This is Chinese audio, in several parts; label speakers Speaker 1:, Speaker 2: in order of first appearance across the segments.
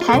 Speaker 1: 台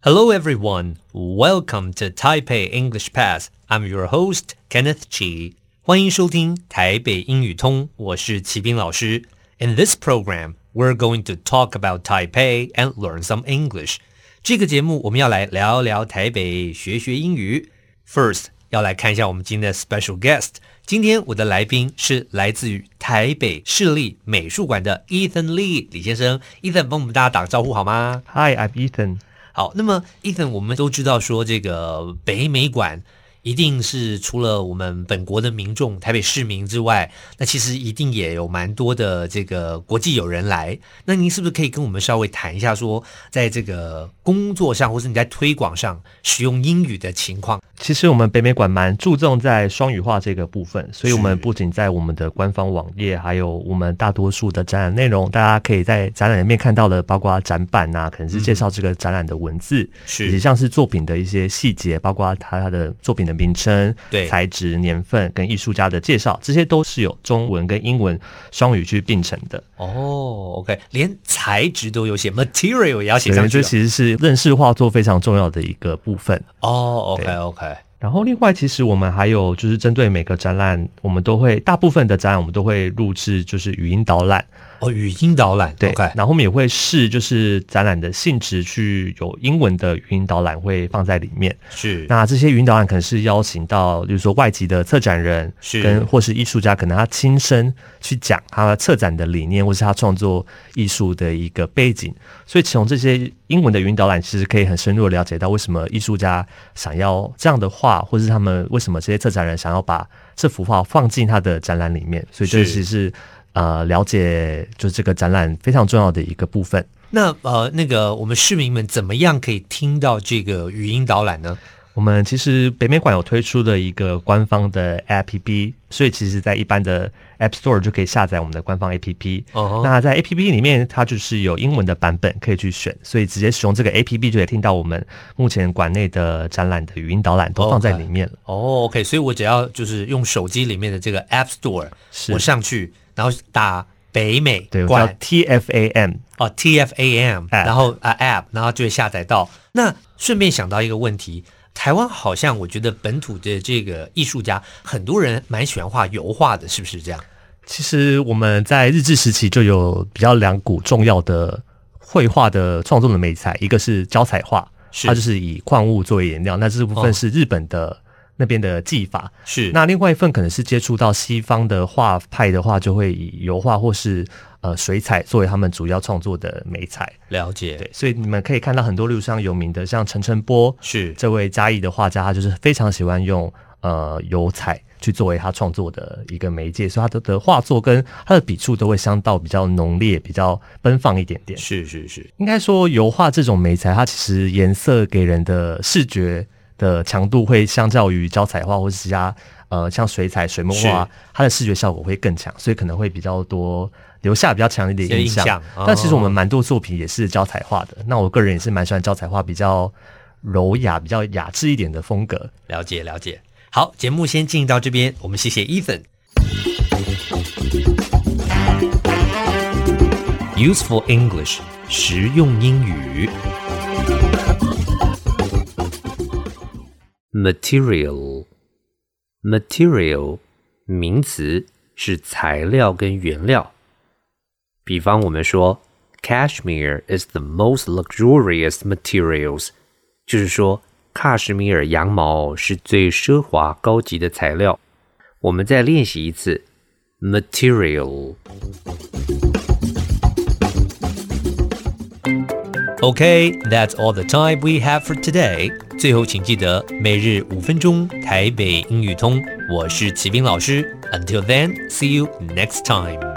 Speaker 2: Hello, everyone. Welcome to Taipei English Pass. I'm your host Kenneth Chi. 欢迎收听台北英语通，我是齐斌老师。In this program, we're going to talk about Taipei and learn some English. 这个节目我们要来聊聊台北，学学英语。First，要来看一下我们今天的 special guest。今天我的来宾是来自于台北市立美术馆的 Ethan Lee李先生。Ethan，帮我们大家打个招呼好吗？
Speaker 3: Hi, I'm Ethan。
Speaker 2: 好，那么 Ethan，我们都知道说这个北美馆一定是除了我们本国的民众、台北市民之外，那其实一定也有蛮多的这个国际友人来。那您是不是可以跟我们稍微谈一下说，在这个工作上或是你在推广上使用英语的情况？
Speaker 3: 其实我们北美馆蛮注重在双语化这个部分，所以我们
Speaker 2: 是
Speaker 3: 不仅在我们的官方网页，还有我们大多数的展览内容，大家可以在展览里面看到的，包括展板啊，可能是介绍这个展览的文字，以及
Speaker 2: 是
Speaker 3: 像是作品的一些细节，包括它的作品的名称、
Speaker 2: 对
Speaker 3: 材质、年份跟艺术家的介绍，这些都是有中文跟英文双语去并成的。
Speaker 2: 哦，OK，连材质都有写，material 也要写
Speaker 3: 对
Speaker 2: 上去
Speaker 3: 这
Speaker 2: 了。
Speaker 3: 其实是认识画作非常重要的一个部分。
Speaker 2: 哦
Speaker 3: 对
Speaker 2: ，OK，OK，
Speaker 3: 然后，另外，其实我们还有就是针对每个展览，我们都会大部分的展览我们都会录制就是语音导览，
Speaker 2: 哦，语音导览
Speaker 3: 对。
Speaker 2: ，OK，
Speaker 3: 然后我们也会试就是展览的性质去有英文的语音导览会放在里面。
Speaker 2: 是
Speaker 3: 那这些语音导览可能是邀请到，比如说外籍的策展人，
Speaker 2: 是
Speaker 3: 跟或是艺术家，可能他亲身去讲他策展的理念，或是他创作艺术的一个背景。所以从这些英文的语音导览，其实可以很深入的了解到为什么艺术家想要这样的画，或是他们为什么这些策展人想要把这幅画放进他的展览里面。所以这
Speaker 2: 是
Speaker 3: 其实是呃了解就这个展览非常重要的一个部分。
Speaker 2: 那呃，那个我们市民们怎么样可以听到这个语音导览呢？
Speaker 3: 我们其实北美馆有推出的一个官方的 APP，所以其实在一般的 App Store 就可以下载我们的官方 APP。
Speaker 2: 哦
Speaker 3: 那在 APP 里面，它就是有英文的版本可以去选，所以直接使用这个 APP 就可以听到我们目前馆内的展览的语音导览都放在里面了。
Speaker 2: 哦，OK，所以我只要就是用手机里面的这个 App Store，
Speaker 3: 是
Speaker 2: 我上去，然后打北美
Speaker 3: 对，我叫
Speaker 2: 馆
Speaker 3: TFAM。
Speaker 2: 哦 TFAM，
Speaker 3: App
Speaker 2: 然后啊 App，然后就会下载到。那顺便想到一个问题，台湾好像我觉得本土的这个艺术家，很多人蛮喜欢画油画的，是不是这样？
Speaker 3: 其实我们在日治时期就有比较两股重要的绘画的创作的美材，一个是胶彩画，
Speaker 2: 是
Speaker 3: 它啊就是以矿物作为颜料，那这部
Speaker 2: 哦
Speaker 3: 分是日本的那边的技法。
Speaker 2: 是
Speaker 3: 那另外一份可能是接触到西方的画派的话，就会以油画或是呃水彩作为他们主要创作的美材。
Speaker 2: 了解，
Speaker 3: 对，所以你们可以看到很多，例如像有名的像陈澄波
Speaker 2: 是
Speaker 3: 这位嘉义的画家，他就是非常喜欢用呃油彩去作为他创作的一个媒介，所以他的的画作跟他的笔触都会相到比较浓烈、比较奔放一点点。
Speaker 2: 是是是，
Speaker 3: 应该说，油画这种媒材，它其实颜色给人的视觉的强度会相较于胶彩画或是其他呃像水彩、水墨画
Speaker 2: 是，
Speaker 3: 它的视觉效果会更强，所以可能会比较多留下比较强烈的印象。
Speaker 2: 印象哦
Speaker 3: 但其实我们蛮多作品也是胶彩画的，那我个人也是蛮喜欢胶彩画比较柔雅、比较雅致一点的风格。
Speaker 2: 了解了解。好，节目先进行到这边，我们谢谢 Ethan。Useful English，实用英语。Material，material 名词是材料跟原料。比方我们说，Cashmere is the most luxurious materials，就是说喀什米尔羊毛是最奢华高级的材料。我们再练习一次，material。Okay, that's all the time we have for today. 最后，请记得每日五分钟台北英语通，我是齐斌老师。Until then, see you next time.